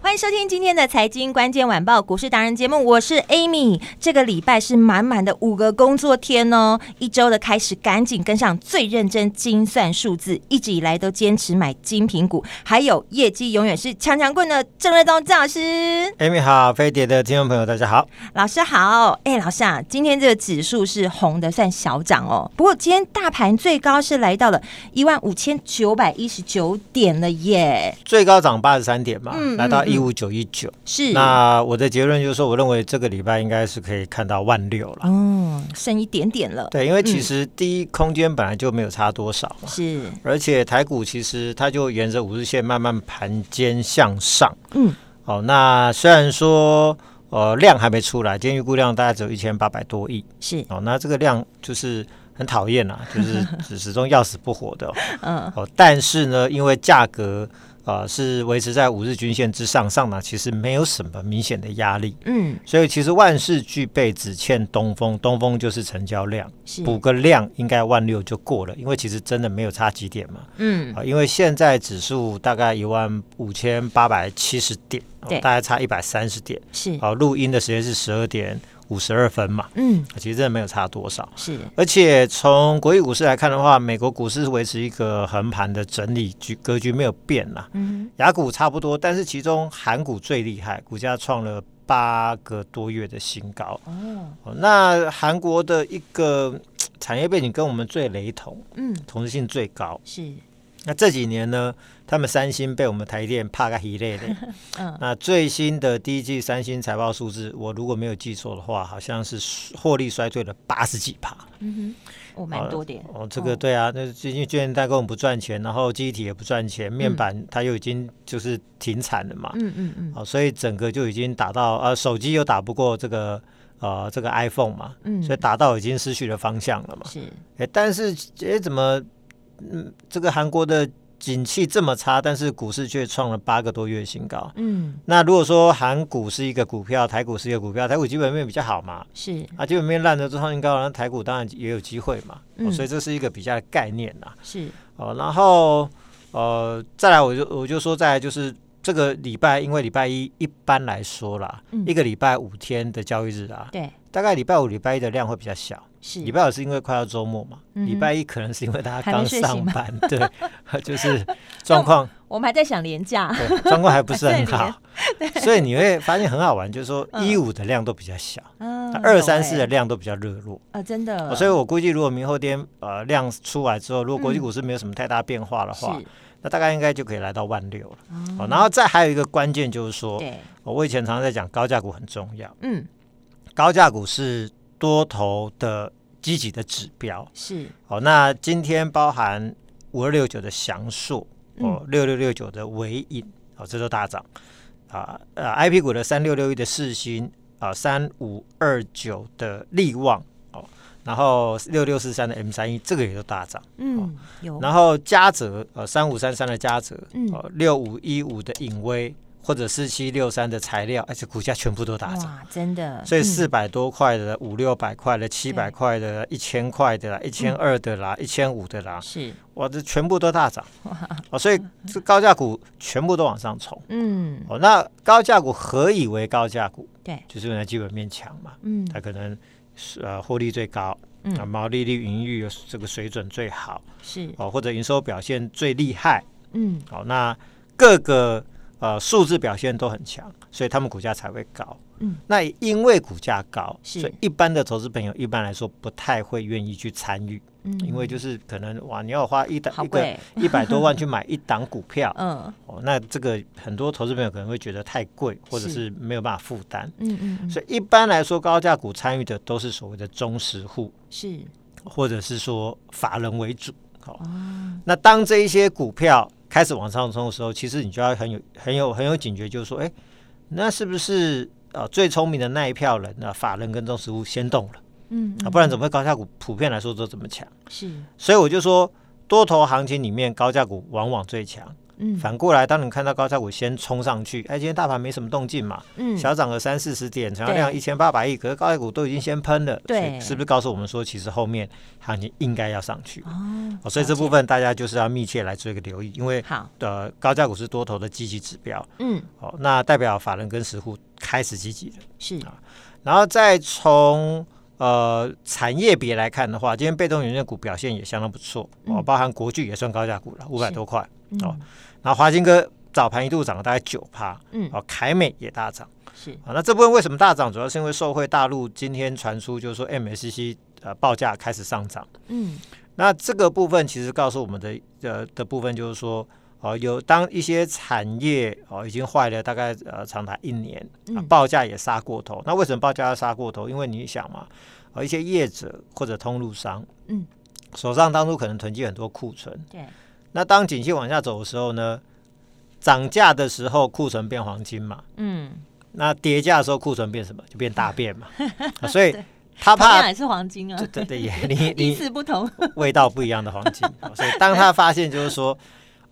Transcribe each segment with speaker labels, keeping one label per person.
Speaker 1: 欢迎收听今天的财经关键晚报股市达人节目，我是 Amy。这个礼拜是满满的五个工作天哦，一周的开始赶紧跟上最认真精算数字，一直以来都坚持买精品股，还有业绩永远是强强棍的郑瑞东郑老师。
Speaker 2: Amy 好，飞碟的听众朋友大家好。
Speaker 1: 老师好，哎，老师啊，今天这个指数是红的，算小涨哦。不过今天大盘最高是来到了一万五千九百一十九点了耶，
Speaker 2: 最高涨八十三点嘛，
Speaker 1: 嗯
Speaker 2: 来到
Speaker 1: 嗯
Speaker 2: 一五九一九。
Speaker 1: 是，
Speaker 2: 那我的结论就是说，我认为这个礼拜应该是可以看到万六了。
Speaker 1: 嗯，剩一点点了，
Speaker 2: 对，因为
Speaker 1: 嗯
Speaker 2: 其实第一空间本来就没有差多少嘛，
Speaker 1: 是，
Speaker 2: 而且台股其实它就沿着五日线慢慢盘间向上。
Speaker 1: 嗯，
Speaker 2: 哦，那虽然说呃量还没出来，今天预估量大概只有一千八百多亿。
Speaker 1: 是，
Speaker 2: 哦，那这个量就是很讨厌啦，就是 始始终要死不活的哦、
Speaker 1: 嗯，
Speaker 2: 哦，但是呢，因为价格啊、呃是维持在五日均线之上，上档其实没有什么明显的压力，
Speaker 1: 嗯，
Speaker 2: 所以其实万事俱备，只欠东风。东风就是成交量，
Speaker 1: 是，
Speaker 2: 补个量应该万六就过了，因为其实真的没有差几点嘛。
Speaker 1: 嗯
Speaker 2: 啊、，因为现在指数大概一万五千八百七十点，哦
Speaker 1: 对嗯
Speaker 2: 大概差一百三十点。
Speaker 1: 是，
Speaker 2: 好、录音的时间是十二点五十二分嘛，
Speaker 1: 嗯，
Speaker 2: 其实真的没有差多少。
Speaker 1: 是，
Speaker 2: 而且从国际股市来看的话，美国股市是维持一个横盘的整理局格局没有变啦，
Speaker 1: 嗯
Speaker 2: 雅股差不多，但是其中韩股最厉害，股价创了八个多月的新高。
Speaker 1: 哼，哦，
Speaker 2: 哦那韩国的一个嘖产业背景跟我们最雷同，
Speaker 1: 嗯，
Speaker 2: 同质性最高。
Speaker 1: 是，
Speaker 2: 那这几年呢，他们三星被我们台积电怕个一类的。
Speaker 1: 嗯，
Speaker 2: 那最新的第一季三星财报数字，我如果没有记错的话，好像是获利衰退了八十几趴。
Speaker 1: 嗯哼，我蛮多点，
Speaker 2: 哦，这个对啊，那最近券代工不赚钱，然后机体也不赚钱，面板它又已经就是停产了嘛，
Speaker 1: 嗯嗯嗯，
Speaker 2: 哦，所以整个就已经打到呃，手机又打不过这个呃这个 iPhone 嘛，
Speaker 1: 嗯
Speaker 2: 所以打到已经失去了方向了嘛。
Speaker 1: 是，
Speaker 2: 哎，但是哎怎么嗯这个韩国的景气这么差，但是股市却创了八个多月新高。
Speaker 1: 嗯，
Speaker 2: 那如果说韩股是一个股票，台股是一个股票，台股基本面比较好嘛，
Speaker 1: 是，
Speaker 2: 啊，基本面烂的都创新高，那台股当然也有机会嘛、
Speaker 1: 嗯
Speaker 2: 哦，所以这是一个比较的概念啦。
Speaker 1: 是，
Speaker 2: 哦，然后呃，再来我就我就说，再来就是这个礼拜，因为礼拜一一般来说啦，
Speaker 1: 嗯
Speaker 2: 一个礼拜五天的交易日啊，
Speaker 1: 对，
Speaker 2: 大概礼拜五、礼拜一的量会比较小。
Speaker 1: 是，
Speaker 2: 礼拜五是因为快要周末嘛，
Speaker 1: 嗯哼
Speaker 2: 礼拜一可能是因为
Speaker 1: 还
Speaker 2: 大家
Speaker 1: 没
Speaker 2: 刚
Speaker 1: 睡
Speaker 2: 上
Speaker 1: 醒吗
Speaker 2: 班，对，就是 状况
Speaker 1: 我们还在想廉价，
Speaker 2: 对状况还不是
Speaker 1: 还
Speaker 2: 很
Speaker 1: 在
Speaker 2: 好，所以你会发现很好玩，就是说
Speaker 1: 嗯
Speaker 2: 一五的量都比较小，
Speaker 1: 嗯
Speaker 2: 那二三四的
Speaker 1: 有欸
Speaker 2: 量都比较热络。
Speaker 1: 呃，真的，
Speaker 2: 哦所以我估计，如果明后天呃量出来之后，如果国际股市没有什么太大变化的话，
Speaker 1: 是，
Speaker 2: 那大概应该就可以来到万六了。哦，然后再还有一个关键就是说，
Speaker 1: 对，
Speaker 2: 哦我以前常常在讲高价股很重要，
Speaker 1: 嗯，
Speaker 2: 高价股是多头的积极的指标。
Speaker 1: 是，
Speaker 2: 哦，那今天包含五二六九的翔硕，哦，六六六九的伟影，哦，这都大涨。啊呃，I P 股的三六六一的世星，啊三五二九的力旺，哦，然后六六四三的 M 三一，这个也都大涨。
Speaker 1: 嗯，有，
Speaker 2: 然后嘉泽，呃三五三三的嘉泽，
Speaker 1: 嗯
Speaker 2: 哦六五一五的影威，或者四七六三的材料，而且股价全部都大涨。
Speaker 1: 哇，真的，
Speaker 2: 所以
Speaker 1: 嗯
Speaker 2: 四，百多块的、五六百块的、七
Speaker 1: 对
Speaker 2: 百块的、一千块的啦、一千二的啦、
Speaker 1: 嗯
Speaker 2: 一千五的啦，
Speaker 1: 是，
Speaker 2: 哇，这全部都大 涨哦！所以这高价股全部都往上冲
Speaker 1: 嗯，
Speaker 2: 哦。那高价股何以为高价股？
Speaker 1: 对，
Speaker 2: 就是因为它基本面强嘛，
Speaker 1: 嗯，
Speaker 2: 它可能是呃获利最高，
Speaker 1: 嗯
Speaker 2: 啊毛利率、盈余有这个水准最好
Speaker 1: 是，
Speaker 2: 哦，或者营收表现最厉害
Speaker 1: 嗯，
Speaker 2: 哦。那各个呃数字表现都很强，所以他们股价才会高。
Speaker 1: 嗯，
Speaker 2: 那也因为股价高，
Speaker 1: 是
Speaker 2: 所以一般的投资朋友一般来说不太会愿意去参与，
Speaker 1: 嗯
Speaker 2: 因为就是可能哇，你要花一档
Speaker 1: 好
Speaker 2: 一个
Speaker 1: 贵，
Speaker 2: 一百多万去买一档股 票
Speaker 1: 嗯
Speaker 2: 哦，那这个很多投资朋友可能会觉得太贵，或者是没有办法负担。
Speaker 1: 嗯嗯嗯，
Speaker 2: 所以一般来说，高价股参与的都是所谓的中实户，
Speaker 1: 是
Speaker 2: 或者是说法人为主。好、
Speaker 1: 哦
Speaker 2: 那当这一些股票开始往上冲的时候，其实你就要很有很有很有警觉，就是说，哎，那是不是呃最聪明的那一票人呢、法人跟中实户先动了
Speaker 1: 嗯
Speaker 2: 啊？不然怎么会高价股普遍来说都这么强？
Speaker 1: 是
Speaker 2: 所以我就说，多头行情里面高价股往往最强。
Speaker 1: 嗯
Speaker 2: 反过来，当你看到高价股先冲上去，哎，今天大盘没什么动静嘛，
Speaker 1: 嗯
Speaker 2: 小涨了三四十点，成交
Speaker 1: 对
Speaker 2: 量一千八百亿，可是高价股都已经先喷了，
Speaker 1: 对
Speaker 2: 所以是不是告诉我们说，其实后面行情应该要上去？
Speaker 1: 哦
Speaker 2: 哦，所以这部分大家就是要密切来做一个留意，因为
Speaker 1: 好
Speaker 2: 呃，高价股是多头的积极指标，
Speaker 1: 嗯
Speaker 2: 哦，那代表法人跟实户开始积极了。
Speaker 1: 是
Speaker 2: 然后再从呃产业别来看的话，今天被动元件股表现也相当不错哦，
Speaker 1: 嗯
Speaker 2: 包含国巨也算高价股了，五百多块
Speaker 1: 嗯
Speaker 2: 哦。然后华金哥早盘一度涨了大概九趴，
Speaker 1: 嗯
Speaker 2: 哦，凯美也大涨
Speaker 1: 是
Speaker 2: 啊。那这部分为什么大涨？主要是因为受惠大陆今天传出就是说 MSCC 呃报价开始上涨。
Speaker 1: 嗯
Speaker 2: 那这个部分其实告诉我们的呃的部分就是说，哦、有当一些产业哦、已经坏了大概呃长达一年，啊
Speaker 1: 嗯、
Speaker 2: 报价也杀过头。那为什么报价要杀过头？因为你想嘛，呃一些业者或者通路商，
Speaker 1: 嗯，
Speaker 2: 手上当初可能囤积很多库存，
Speaker 1: 对
Speaker 2: 那当景气往下走的时候呢，涨价的时候库存变黄金嘛，
Speaker 1: 嗯
Speaker 2: 那跌价的时候库存变什么？就变大便 嘛，啊所以他
Speaker 1: 同样
Speaker 2: 怕。
Speaker 1: 也是黄金啊
Speaker 2: 对，对对，也 你
Speaker 1: 意
Speaker 2: 你
Speaker 1: 思不同，
Speaker 2: 味道不一样的黄 金。哦所以当他发现就是说，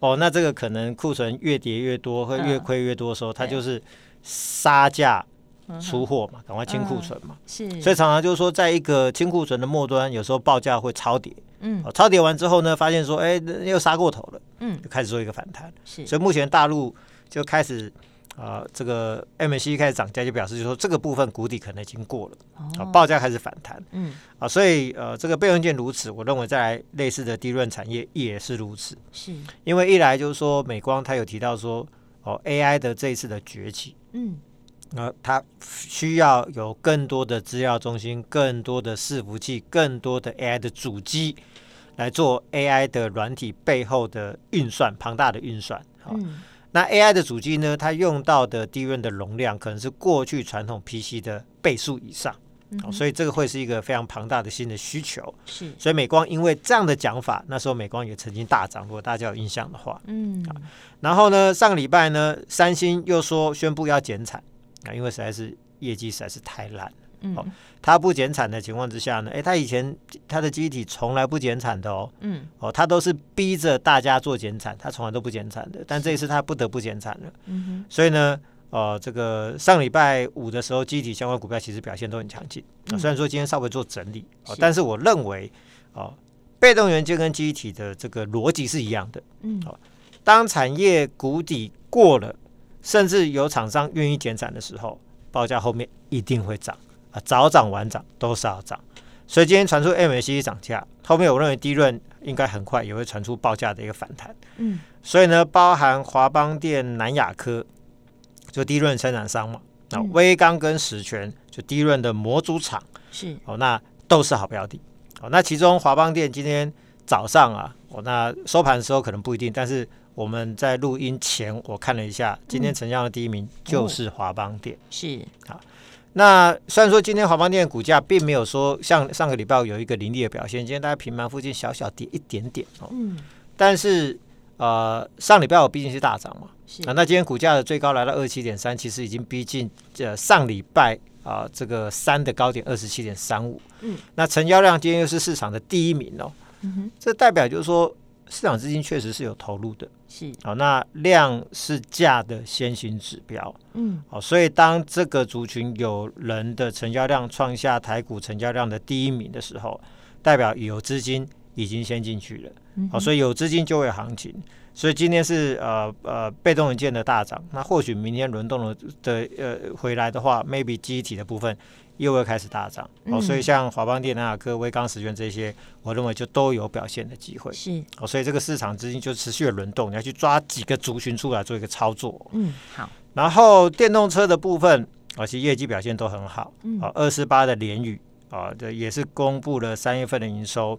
Speaker 2: 哦，那这个可能库存越跌越多，会越
Speaker 1: 嗯
Speaker 2: 亏越多的时候，他
Speaker 1: 对
Speaker 2: 就是杀价
Speaker 1: 嗯
Speaker 2: 出货嘛，赶快清库存嘛。
Speaker 1: 是
Speaker 2: 所以常常就是说，在一个清库存的末端，有时候报价会超跌，
Speaker 1: 嗯
Speaker 2: 哦，超跌完之后呢，发现说，哎，又杀过头了，
Speaker 1: 嗯
Speaker 2: 就开始做一个反弹。
Speaker 1: 是
Speaker 2: 所以目前大陆就开始。啊、这个 MAC 开始涨价，就表示就说这个部分谷底可能已经过了，啊、
Speaker 1: 哦
Speaker 2: 报价开始反弹。
Speaker 1: 嗯
Speaker 2: 啊，所以呃，这个被动元件如此，我认为在类似的低润产业也是如此，
Speaker 1: 是
Speaker 2: 因为一来就是说美光它有提到说，哦，AI 的这一次的崛起，
Speaker 1: 嗯
Speaker 2: 呃，它需要有更多的资料中心、更多的伺服器、更多的 AI 的主机来做 AI 的软体背后的运算，庞大的运算。好、
Speaker 1: 嗯
Speaker 2: 那 AI 的主机呢，它用到的低润的容量可能是过去传统 PC 的倍数以上，
Speaker 1: 嗯
Speaker 2: 哦，所以这个会是一个非常庞大的新的需求。
Speaker 1: 是
Speaker 2: 所以美光因为这样的讲法，那时候美光也曾经大涨，如果大家有印象的话。
Speaker 1: 嗯
Speaker 2: 然后呢，上个礼拜呢，三星又说宣布要减产啊，因为实在是业绩实在是太烂。
Speaker 1: 嗯
Speaker 2: 好它不减产的情况之下呢，诶，它以前它的机体从来不减产的哦，
Speaker 1: 嗯
Speaker 2: 哦，它都是逼着大家做减产，它从来都不减产的。但这一次它不得不减产了，
Speaker 1: 嗯哼
Speaker 2: 所以呢。呃，这个上礼拜五的时候，机体相关股票其实表现都很强劲、啊。
Speaker 1: 嗯
Speaker 2: 虽然说今天稍微做整理，啊
Speaker 1: 是
Speaker 2: 但是我认为，哦、被动元件跟机体的这个逻辑是一样的。
Speaker 1: 嗯
Speaker 2: 好当产业谷底过了，甚至有厂商愿意减产的时候，报价后面一定会涨啊，早涨晚涨都是要涨。所以今天传出 MACD 涨价，后面我认为低润应该很快也会传出报价的一个反弹。
Speaker 1: 嗯
Speaker 2: 所以呢，包含华邦电、南亚科，就低润生产商嘛，那
Speaker 1: 嗯
Speaker 2: 威刚跟石泉就低润的模组厂，
Speaker 1: 是
Speaker 2: 哦，那都是好标的。哦，那其中华邦电今天早上啊，哦，那收盘的时候可能不一定，但是我们在录音前我看了一下，今天成交的第一名就是华邦电。
Speaker 1: 是
Speaker 2: 那虽然说今天华邦电的股价并没有说像上个礼拜有一个凌厉的表现，今天大概平盘附近小小跌一点点哦，
Speaker 1: 嗯
Speaker 2: 但是呃，上礼拜我毕竟是大涨嘛，
Speaker 1: 是
Speaker 2: 啊，那今天股价的最高来到二七点三，其实已经逼近呃上礼拜啊、这个三的高点二十七点三五。
Speaker 1: 嗯，
Speaker 2: 那成交量今天又是市场的第一名哦，
Speaker 1: 嗯哼
Speaker 2: 这代表就是说市场资金确实是有投入的。
Speaker 1: 是
Speaker 2: 好、那量是价的先行指标。
Speaker 1: 嗯
Speaker 2: 好、哦所以当这个族群有人的成交量创下台股成交量的第一名的时候，代表有资金已经先进去了。哦
Speaker 1: 嗯
Speaker 2: 好、所以有资金就会有行情。所以今天是呃呃被动元件的大涨，那或许明天轮动的的呃回来的话，maybe 机体的部分又会开始大涨。哦，所以像华邦电、南亚科、威刚石原这些，我认为就都有表现的机会。
Speaker 1: 是，
Speaker 2: 哦，所以这个市场资金就持续的轮动，你要去抓几个族群出来做一个操作。
Speaker 1: 嗯，好，
Speaker 2: 然后电动车的部分，啊，其实业绩表现都很好。啊，二四八的联宇啊，这也是公布了三月份的营收，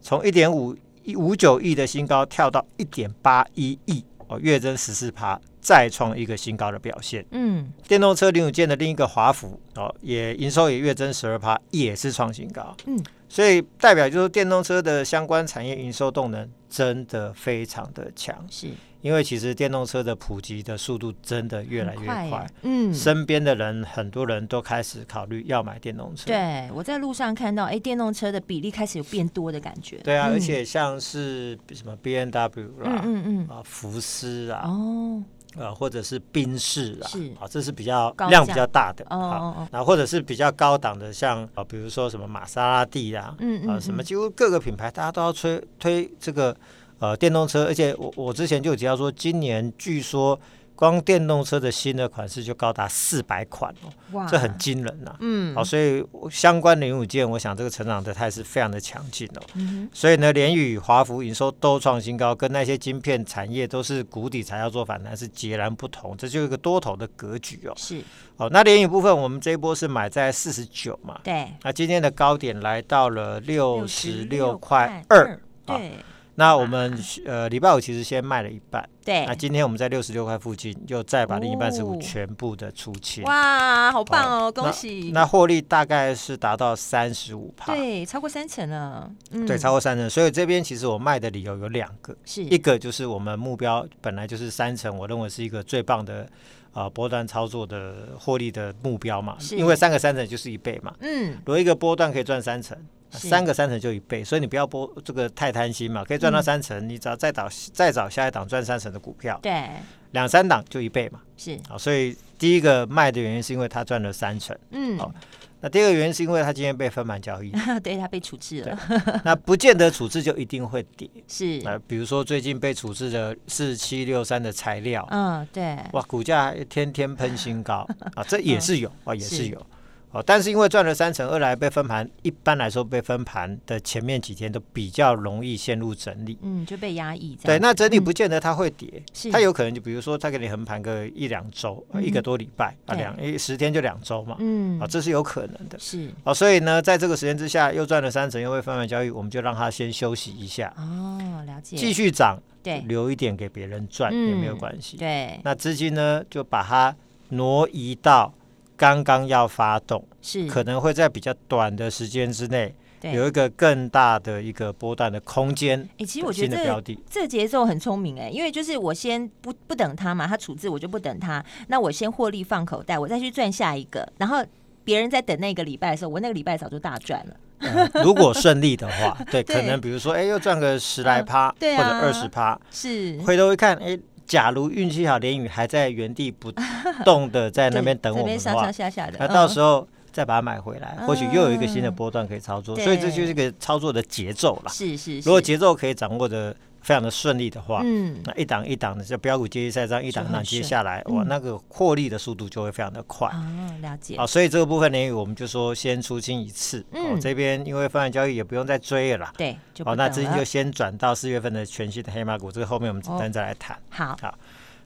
Speaker 2: 从一点五五九亿的新高跳到一点八一亿，哦，月增十四趴，再创一个新高的表现。
Speaker 1: 嗯，
Speaker 2: 电动车零组件的另一个华孚哦，也营收也月增十二趴，也是创新高。
Speaker 1: 嗯，
Speaker 2: 所以代表就是电动车的相关产业营收动能真的非常的强，
Speaker 1: 是
Speaker 2: 因为其实电动车的普及的速度真的越来
Speaker 1: 很
Speaker 2: 越
Speaker 1: 快
Speaker 2: 快，
Speaker 1: 耶嗯，
Speaker 2: 身边的人很多人都开始考虑要买电动车。。
Speaker 1: 对我在路上看到，哎，电动车的比例开始有变多的感觉。
Speaker 2: 对啊，
Speaker 1: 嗯
Speaker 2: 而且像是什么 B N W 啦，
Speaker 1: 嗯嗯
Speaker 2: 啊，福斯
Speaker 1: 嗯，
Speaker 2: 啊，
Speaker 1: 哦，
Speaker 2: 呃，或者是宾士啊
Speaker 1: 是，
Speaker 2: 啊，这是比较
Speaker 1: 高
Speaker 2: 量
Speaker 1: 价
Speaker 2: 比较大的
Speaker 1: 哦哦哦
Speaker 2: 啊，那或者是比较高档的，像啊，比如说什么玛莎拉蒂啊，
Speaker 1: 嗯
Speaker 2: 啊，
Speaker 1: 嗯，
Speaker 2: 什么几乎各个品牌大家都要推推这个呃电动车，而且我我之前就有提到说，今年据说光电动车的新的款式就高达四百款哦，
Speaker 1: 嗯哇
Speaker 2: 这很惊人呐、啊。
Speaker 1: 嗯
Speaker 2: 好、所以我相关的零五件，我想这个成长的态势非常的强劲哦。
Speaker 1: 嗯
Speaker 2: 所以呢，联宇、华孚营收都创新高，跟那些晶片产业都是谷底才要做反弹是截然不同，这就是一个多头的格局哦
Speaker 1: 哼。是
Speaker 2: 好、那联宇部分，我们这一波是买在四十九嘛，
Speaker 1: 对
Speaker 2: 那今天的高点来到了六十六
Speaker 1: 66
Speaker 2: 块二。啊
Speaker 1: 对
Speaker 2: 那我们呃礼拜五其实先卖了一半，那
Speaker 1: 对，
Speaker 2: 今天我们在六十六块附近又再把另一半持股
Speaker 1: 哦
Speaker 2: 全部的出清。
Speaker 1: 哇，好
Speaker 2: 好
Speaker 1: 棒哦，
Speaker 2: 那
Speaker 1: 恭喜！
Speaker 2: 那获利大概是达到三十五帕，
Speaker 1: 对，超过三成了，嗯
Speaker 2: 对，超过三成。所以这边其实我卖的理由有两个，
Speaker 1: 是
Speaker 2: 一个就是我们目标本来就是三成，我认为是一个最棒的啊、呃波段操作的获利的目标嘛，
Speaker 1: 是
Speaker 2: 因为三个三成就是一倍嘛，
Speaker 1: 嗯
Speaker 2: 如果一个波段可以赚三成。
Speaker 1: 是
Speaker 2: 三个三成就一倍，所以你不要波这个太贪心嘛，可以赚到
Speaker 1: 嗯
Speaker 2: 三成，你只要再找再找下一档赚三成的股票，
Speaker 1: 对
Speaker 2: 两三档就一倍嘛。
Speaker 1: 是
Speaker 2: 好，所以第一个卖的原因是因为它赚了三成，
Speaker 1: 嗯
Speaker 2: 好那第二个原因是因为它今天被分盘交易，
Speaker 1: 对他被处置了，
Speaker 2: 那不见得处置就一定会跌。
Speaker 1: 是
Speaker 2: 呃，比如说最近被处置的四七六三的材料，
Speaker 1: 嗯对
Speaker 2: 哇，股价天天喷 新高啊，这也是有啊，
Speaker 1: 嗯
Speaker 2: 也
Speaker 1: 是
Speaker 2: 是有。哦，但是因为赚了三成，二来被分盘，一般来说被分盘的前面几天都比较容易陷入整理。
Speaker 1: 嗯就被压抑这
Speaker 2: 对，
Speaker 1: 样嗯
Speaker 2: 那整理不见得它会跌，
Speaker 1: 是嗯
Speaker 2: 它有可能就比如说它给你横盘个一两周，呃一个多礼拜啊，
Speaker 1: 对
Speaker 2: 两一十天就两周嘛，
Speaker 1: 嗯
Speaker 2: 啊，这是有可能的。
Speaker 1: 是
Speaker 2: 哦，所以呢，在这个时间之下，又赚了三成，又被分盘交易，我们就让它先休息一下，
Speaker 1: 哦了解
Speaker 2: 继续涨，
Speaker 1: 对
Speaker 2: 留一点给别人赚也没有
Speaker 1: 嗯
Speaker 2: 关系。
Speaker 1: 对
Speaker 2: 那资金呢，就把它挪移到刚刚要发动，
Speaker 1: 是
Speaker 2: 可能会在比较短的时间之内
Speaker 1: 嗯对
Speaker 2: 有一个更大的一个波段的空间。
Speaker 1: 哎、其实我觉
Speaker 2: 新
Speaker 1: 得
Speaker 2: 的标的
Speaker 1: 这这节奏很聪明哎、因为就是我先不不等他嘛，他处置我就不等他，那我先获利放口袋，我再去赚下一个，然后别人在等那个礼拜的时候，我那个礼拜早就大赚了。
Speaker 2: 呃如果顺利的 话，对，
Speaker 1: 对
Speaker 2: 可能比如说，哎，又赚个十来趴，
Speaker 1: 对
Speaker 2: 或
Speaker 1: 啊嗯
Speaker 2: 者二十趴，
Speaker 1: 是，
Speaker 2: 回头一看，哎。假如运气好，连雨还在原 地不动的在那边
Speaker 1: 对
Speaker 2: 等
Speaker 1: 这
Speaker 2: 我们
Speaker 1: 边
Speaker 2: 的
Speaker 1: 上
Speaker 2: 话
Speaker 1: 上，下下的，嗯
Speaker 2: 那到时
Speaker 1: 候、
Speaker 2: 候再把它买回来，或许又有一个新的
Speaker 1: 嗯
Speaker 2: 波段可以操作，所以这就是一个操作的节奏啦。
Speaker 1: 是是是，
Speaker 2: 如果节奏可以掌握的非常的顺利的话，
Speaker 1: 嗯
Speaker 2: 那一档一档的，就标股接力赛这样一档一档接下来，
Speaker 1: 嗯
Speaker 2: 哇，那个获利的速度就会非常的快。
Speaker 1: 哦了解
Speaker 2: 好，所以这个部分呢，我们就说先出清一次。
Speaker 1: 嗯
Speaker 2: 哦，这边因为分盘交易也不用再追了啦。
Speaker 1: 对就
Speaker 2: 好、
Speaker 1: 不
Speaker 2: 那
Speaker 1: 等
Speaker 2: 资金
Speaker 1: 了
Speaker 2: 就先转到四月份的全新的黑马股，这个后面我们
Speaker 1: 哦
Speaker 2: 等再来谈。
Speaker 1: 好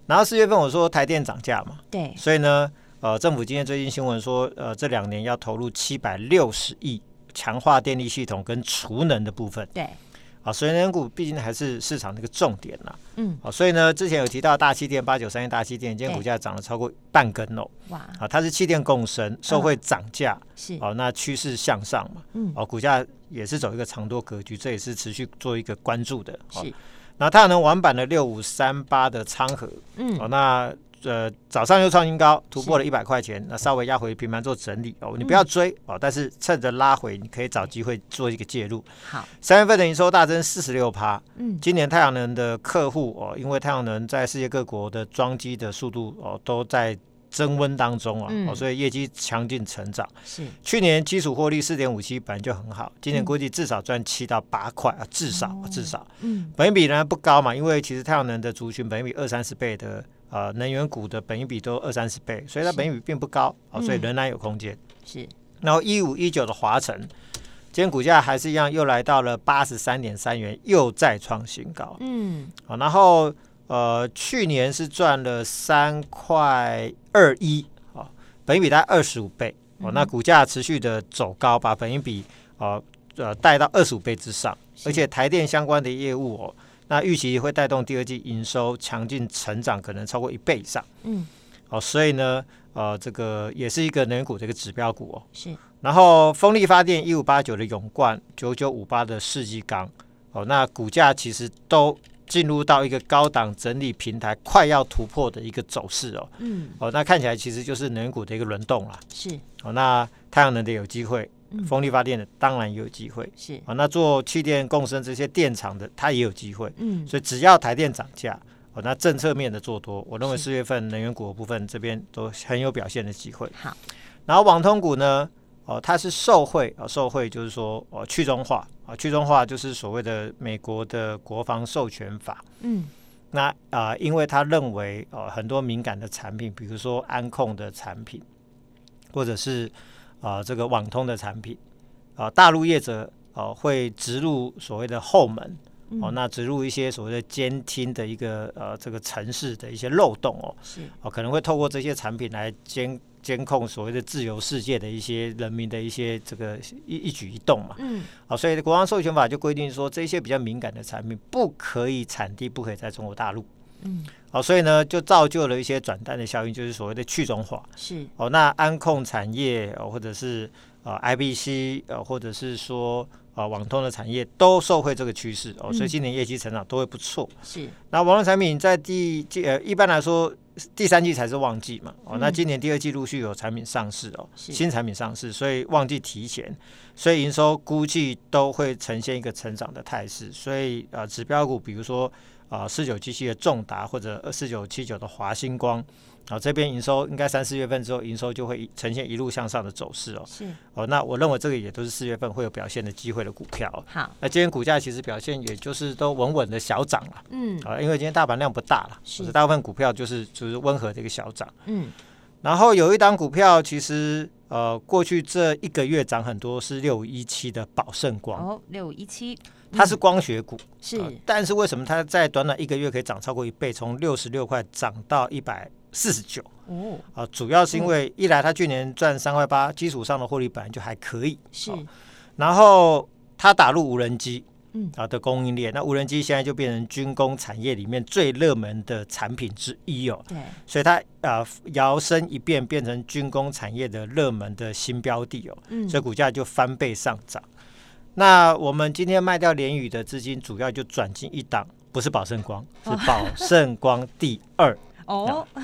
Speaker 2: 然后四月份我说台电涨价嘛，
Speaker 1: 对
Speaker 2: 所以呢，呃，政府今天最近新闻说，呃，这两年要投入七百六十亿强化电力系统跟储能的部分。
Speaker 1: 对
Speaker 2: 啊，水能源股毕竟还是市场的一个重点啦。
Speaker 1: 嗯
Speaker 2: 好、所以呢，之前有提到大气电八九三一大气电，今天
Speaker 1: 对
Speaker 2: 股价涨了超过半根哦。
Speaker 1: 哇
Speaker 2: 啊，它是气电共生，受惠涨价，
Speaker 1: 是
Speaker 2: 哦，那趋势向上嘛，
Speaker 1: 嗯
Speaker 2: 哦，股价也是走一个长多格局，这也是持续做一个关注的。哦
Speaker 1: 是，
Speaker 2: 那太阳能完版了六五三八的昌河，
Speaker 1: 嗯
Speaker 2: 哦，那呃早上又创新高，突破了一百块钱，那稍微压回平盘做整理哦，你
Speaker 1: 嗯
Speaker 2: 不要追、哦，但是趁着拉回，你可以找机会做一个介入。
Speaker 1: 好
Speaker 2: 三月份的营收大增四十六趴，
Speaker 1: 嗯
Speaker 2: 今年太阳能的客户哦，因为太阳能在世界各国的装机的速度哦都在增温当中啊，
Speaker 1: 嗯
Speaker 2: 哦，所以业绩强劲成长。
Speaker 1: 是
Speaker 2: 去年基础获利四点五七，本来就很好，今年
Speaker 1: 嗯
Speaker 2: 估计至少赚七到八块啊，至少、啊至少。
Speaker 1: 嗯
Speaker 2: 本益比呢不高嘛，因为其实太阳能的族群本益比二三十倍的呃能源股的本益比都二三十倍，所以它
Speaker 1: 是
Speaker 2: 本益比并不高，哦，所以
Speaker 1: 嗯
Speaker 2: 仍然有空间。
Speaker 1: 是
Speaker 2: 然后一五一九的华晨，今天股价还是一样，又来到了八十三点三元，又再创新高。
Speaker 1: 嗯，
Speaker 2: 好，然后呃，去年是赚了三块二一，啊，本益比大概二十五倍，
Speaker 1: 嗯
Speaker 2: 哦，那股价持续的走高，把本益比啊呃带到二十五倍之上，而且台电相关的业务哦，那预期会带动第二季营收强劲成长，可能超过一倍以上，
Speaker 1: 嗯，
Speaker 2: 哦，所以呢，呃，这个也是一个能源股的一个指标股哦，
Speaker 1: 是，
Speaker 2: 然后风力发电一五八九的永冠，九九五八的世纪钢，哦，那股价其实都进入到一个高档整理平台，快要突破的一个走势哦。
Speaker 1: 嗯，
Speaker 2: 哦，那看起来其实就是能源股的一个轮动啦。
Speaker 1: 是
Speaker 2: 哦，那太阳能的有机会
Speaker 1: 嗯，
Speaker 2: 风力发电的当然也有机会。
Speaker 1: 是，
Speaker 2: 哦，那做气电共生这些电厂的，它也有机会。
Speaker 1: 嗯，
Speaker 2: 所以只要台电涨价，哦，那政策面的做多，我认为
Speaker 1: 是
Speaker 2: 四月份能源股的部分这边都很有表现的机会。
Speaker 1: 好，
Speaker 2: 然后网通股呢，哦，它是受惠啊、哦，受惠就是说哦去中化啊、去中化就是所谓的美国的国防授权法。
Speaker 1: 嗯，
Speaker 2: 那啊、呃因为他认为呃很多敏感的产品，比如说安控的产品，或者是啊、呃这个网通的产品，啊、大陆业者啊会植入所谓的后门。
Speaker 1: 嗯
Speaker 2: 哦，那植入一些所谓的监听的一个呃这个城市的一些漏洞哦，
Speaker 1: 是，
Speaker 2: 哦，可能会透过这些产品来监监控所谓的自由世界的一些人民的一些这个一一举一动嘛。
Speaker 1: 嗯，
Speaker 2: 好，所以国防授权法就规定说，这些比较敏感的产品不可以产地不可以在中国大陆。
Speaker 1: 嗯，
Speaker 2: 好，所以呢，就造就了一些转单的效应，就是所谓的去中化。
Speaker 1: 是，
Speaker 2: 哦，那安控产业，哦、或者是呃 IBC，呃，或者是说呃网通的产业都受惠这个趋势哦，所以今年业绩成长都会不错。
Speaker 1: 是，
Speaker 2: 那网络产品在第第呃，一般来说第三季才是旺季嘛，哦，那今年第二季陆续有产品上市哦，
Speaker 1: 是
Speaker 2: 新产品上市，所以旺季提前，所以营收估计都会呈现一个成长的态势，所以呃，指标股比如说啊四九七七的重达或者呃四九七九的华星光。啊、这边营收应该三四月份之后，营收就会一呈现一路向上的走势哦。
Speaker 1: 是，
Speaker 2: 哦，那我认为这个也都是四月份会有表现的机会的股票哦、
Speaker 1: 好，
Speaker 2: 那今天股价其实表现也就是都稳稳的小涨了。
Speaker 1: 嗯
Speaker 2: 啊，因为今天大盘量不大了，
Speaker 1: 是
Speaker 2: 所以大部分股票就是就是温和的一个小涨。
Speaker 1: 嗯，
Speaker 2: 然后有一档股票，其实呃过去这一个月涨很多，是六一七的宝盛光，
Speaker 1: 哦，六一七，
Speaker 2: 它是光学股，
Speaker 1: 是
Speaker 2: 呃但是为什么它在短短一个月可以涨超过一倍，从六十六块涨到一百四十九？
Speaker 1: 哦，
Speaker 2: 啊，主要是因
Speaker 1: 嗯
Speaker 2: 为一来它去年赚三块八，基础上的获利本来就还可以，
Speaker 1: 是，
Speaker 2: 哦然后它打入无人机，
Speaker 1: 嗯
Speaker 2: 啊的供应链，那无人机现在就变成军工产业里面最热门的产品之一哦，
Speaker 1: 对，
Speaker 2: 所以它啊摇身一变变成军工产业的热门的新标的哦，
Speaker 1: 嗯
Speaker 2: 所以股价就翻倍上涨。那我们今天卖掉联宇的资金，主要就转进一档，不是宝盛光，是宝盛光第二。
Speaker 1: 哦，
Speaker 2: 那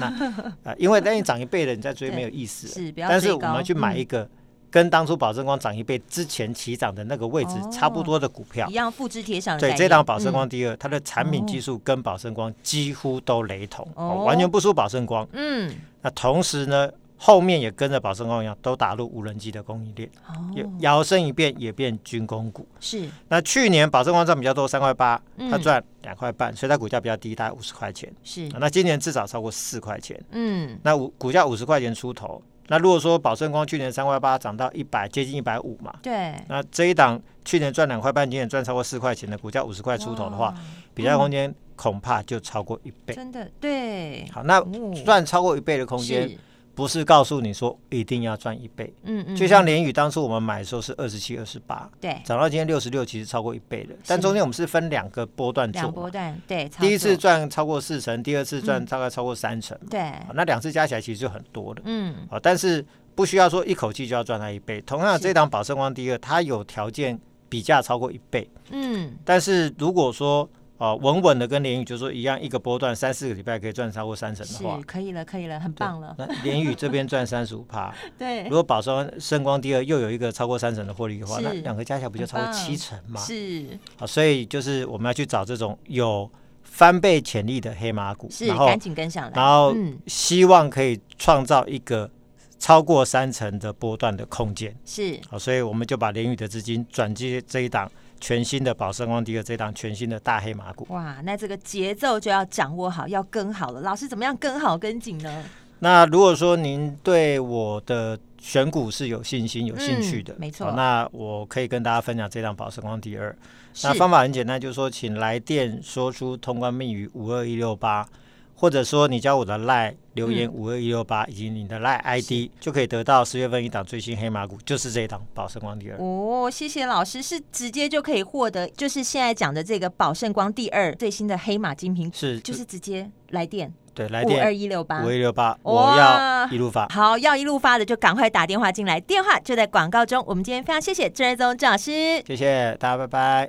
Speaker 2: 啊，因为当你涨一倍了，你再追没有意思了。
Speaker 1: 嗯是不要
Speaker 2: 但
Speaker 1: 追
Speaker 2: 是我
Speaker 1: 高嗯
Speaker 2: 们去买一个跟当初宝盛光涨一倍之前起涨的那个位置差不多的股票
Speaker 1: 哦一。样复制贴上的概
Speaker 2: 对，
Speaker 1: 念，
Speaker 2: 这档宝盛
Speaker 1: 嗯
Speaker 2: 光第二，它的产品技术跟宝盛光几乎都雷同，
Speaker 1: 哦
Speaker 2: 哦完全不输宝盛光。
Speaker 1: 嗯，
Speaker 2: 那同时呢，后面也跟着宝盛光一样，都打入无人机的供应链，也
Speaker 1: 哦，
Speaker 2: 摇身一变也变军工股。
Speaker 1: 是，
Speaker 2: 那去年宝盛光赚比较多，三块八，它
Speaker 1: 嗯
Speaker 2: 赚两块半，所以它股价比较低，大概五十块钱。啊
Speaker 1: 是，
Speaker 2: 那今年至少超过四块钱。
Speaker 1: 嗯，
Speaker 2: 那五股价五十块钱出头。那如果说宝盛光去年三块八涨到一百，接近一百五嘛，
Speaker 1: 对，
Speaker 2: 那这一档去年赚两块半，今年赚超过四块钱的股价五十块出头的话
Speaker 1: 哇，，
Speaker 2: 比较空间恐怕就超过一倍。
Speaker 1: 真的对，
Speaker 2: 好，那
Speaker 1: 哦
Speaker 2: 赚超过一倍的空间，
Speaker 1: 是，
Speaker 2: 不是告诉你说一定要赚一倍。
Speaker 1: 嗯嗯，
Speaker 2: 就像联宇当初我们买的时候是二十七、二十八，
Speaker 1: 对
Speaker 2: 涨到今天六十六，其实超过一倍了。但中间我们是分两个波段做
Speaker 1: 两波
Speaker 2: 嘛，
Speaker 1: 段，对，操
Speaker 2: 第一次
Speaker 1: 作嗯
Speaker 2: 赚超过四成，第二次赚大概超过三成嘛。
Speaker 1: 对，
Speaker 2: 好那两次加起来其实就很多了。
Speaker 1: 嗯，
Speaker 2: 啊，但是不需要说一口气就要赚它一倍。同样，
Speaker 1: 是
Speaker 2: 这档宝盛光第二，它有条件比价超过一倍，
Speaker 1: 嗯，
Speaker 2: 但是如果说呃稳稳的跟联宇就是说一样，一个波段三四个礼拜可以赚超过三成的话
Speaker 1: 是，可以了，可以了，很棒了，
Speaker 2: 那联宇这边赚三十五 趴，
Speaker 1: 对
Speaker 2: 如，果宝盛盛光第二又有一个超过三成的获利的话，
Speaker 1: 是
Speaker 2: 那两个加起来不就超
Speaker 1: 很
Speaker 2: 过
Speaker 1: 棒
Speaker 2: 七成嘛？
Speaker 1: 是
Speaker 2: 啊，所以就是我们要去找这种有翻倍潜力的黑马股，
Speaker 1: 是，
Speaker 2: 然后
Speaker 1: 赶紧跟上来，
Speaker 2: 然后
Speaker 1: 嗯，
Speaker 2: 希望可以创造一个超过三成的波段的空间。
Speaker 1: 是，
Speaker 2: 好，所以我们就把联宇的资金转进这一档全新的宝盛光第二这一档全新的大黑马股。
Speaker 1: 哇，那这个节奏就要掌握好，要跟好了。老师怎么样跟好跟紧呢？
Speaker 2: 那如果说您对我的选股是有信心、有兴趣的，
Speaker 1: 嗯没错
Speaker 2: 好那我可以跟大家分享这档宝盛光第二。
Speaker 1: 是
Speaker 2: 那方法很简单，就是说请来电说出通关密语五二一六八，或者说你加我的 line 留言
Speaker 1: 嗯
Speaker 2: 五二一六八以及你的 line ID，就可以得到十月份一档最新黑马股，就是这一档宝盛光第二。
Speaker 1: 哦，谢谢老师，是直接就可以获得，就是现在讲的这个宝盛光第二最新的黑马精品，
Speaker 2: 是
Speaker 1: 就是直接来电
Speaker 2: 对，来
Speaker 1: 五二
Speaker 2: 电
Speaker 1: 一六八
Speaker 2: 五。一六八，
Speaker 1: 哇
Speaker 2: 我要一路发。
Speaker 1: 好，要一路发的就赶快打电话进来，电话就在广告中。我们今天非常谢谢郑瑞宗郑老师。
Speaker 2: 谢谢大家，拜拜。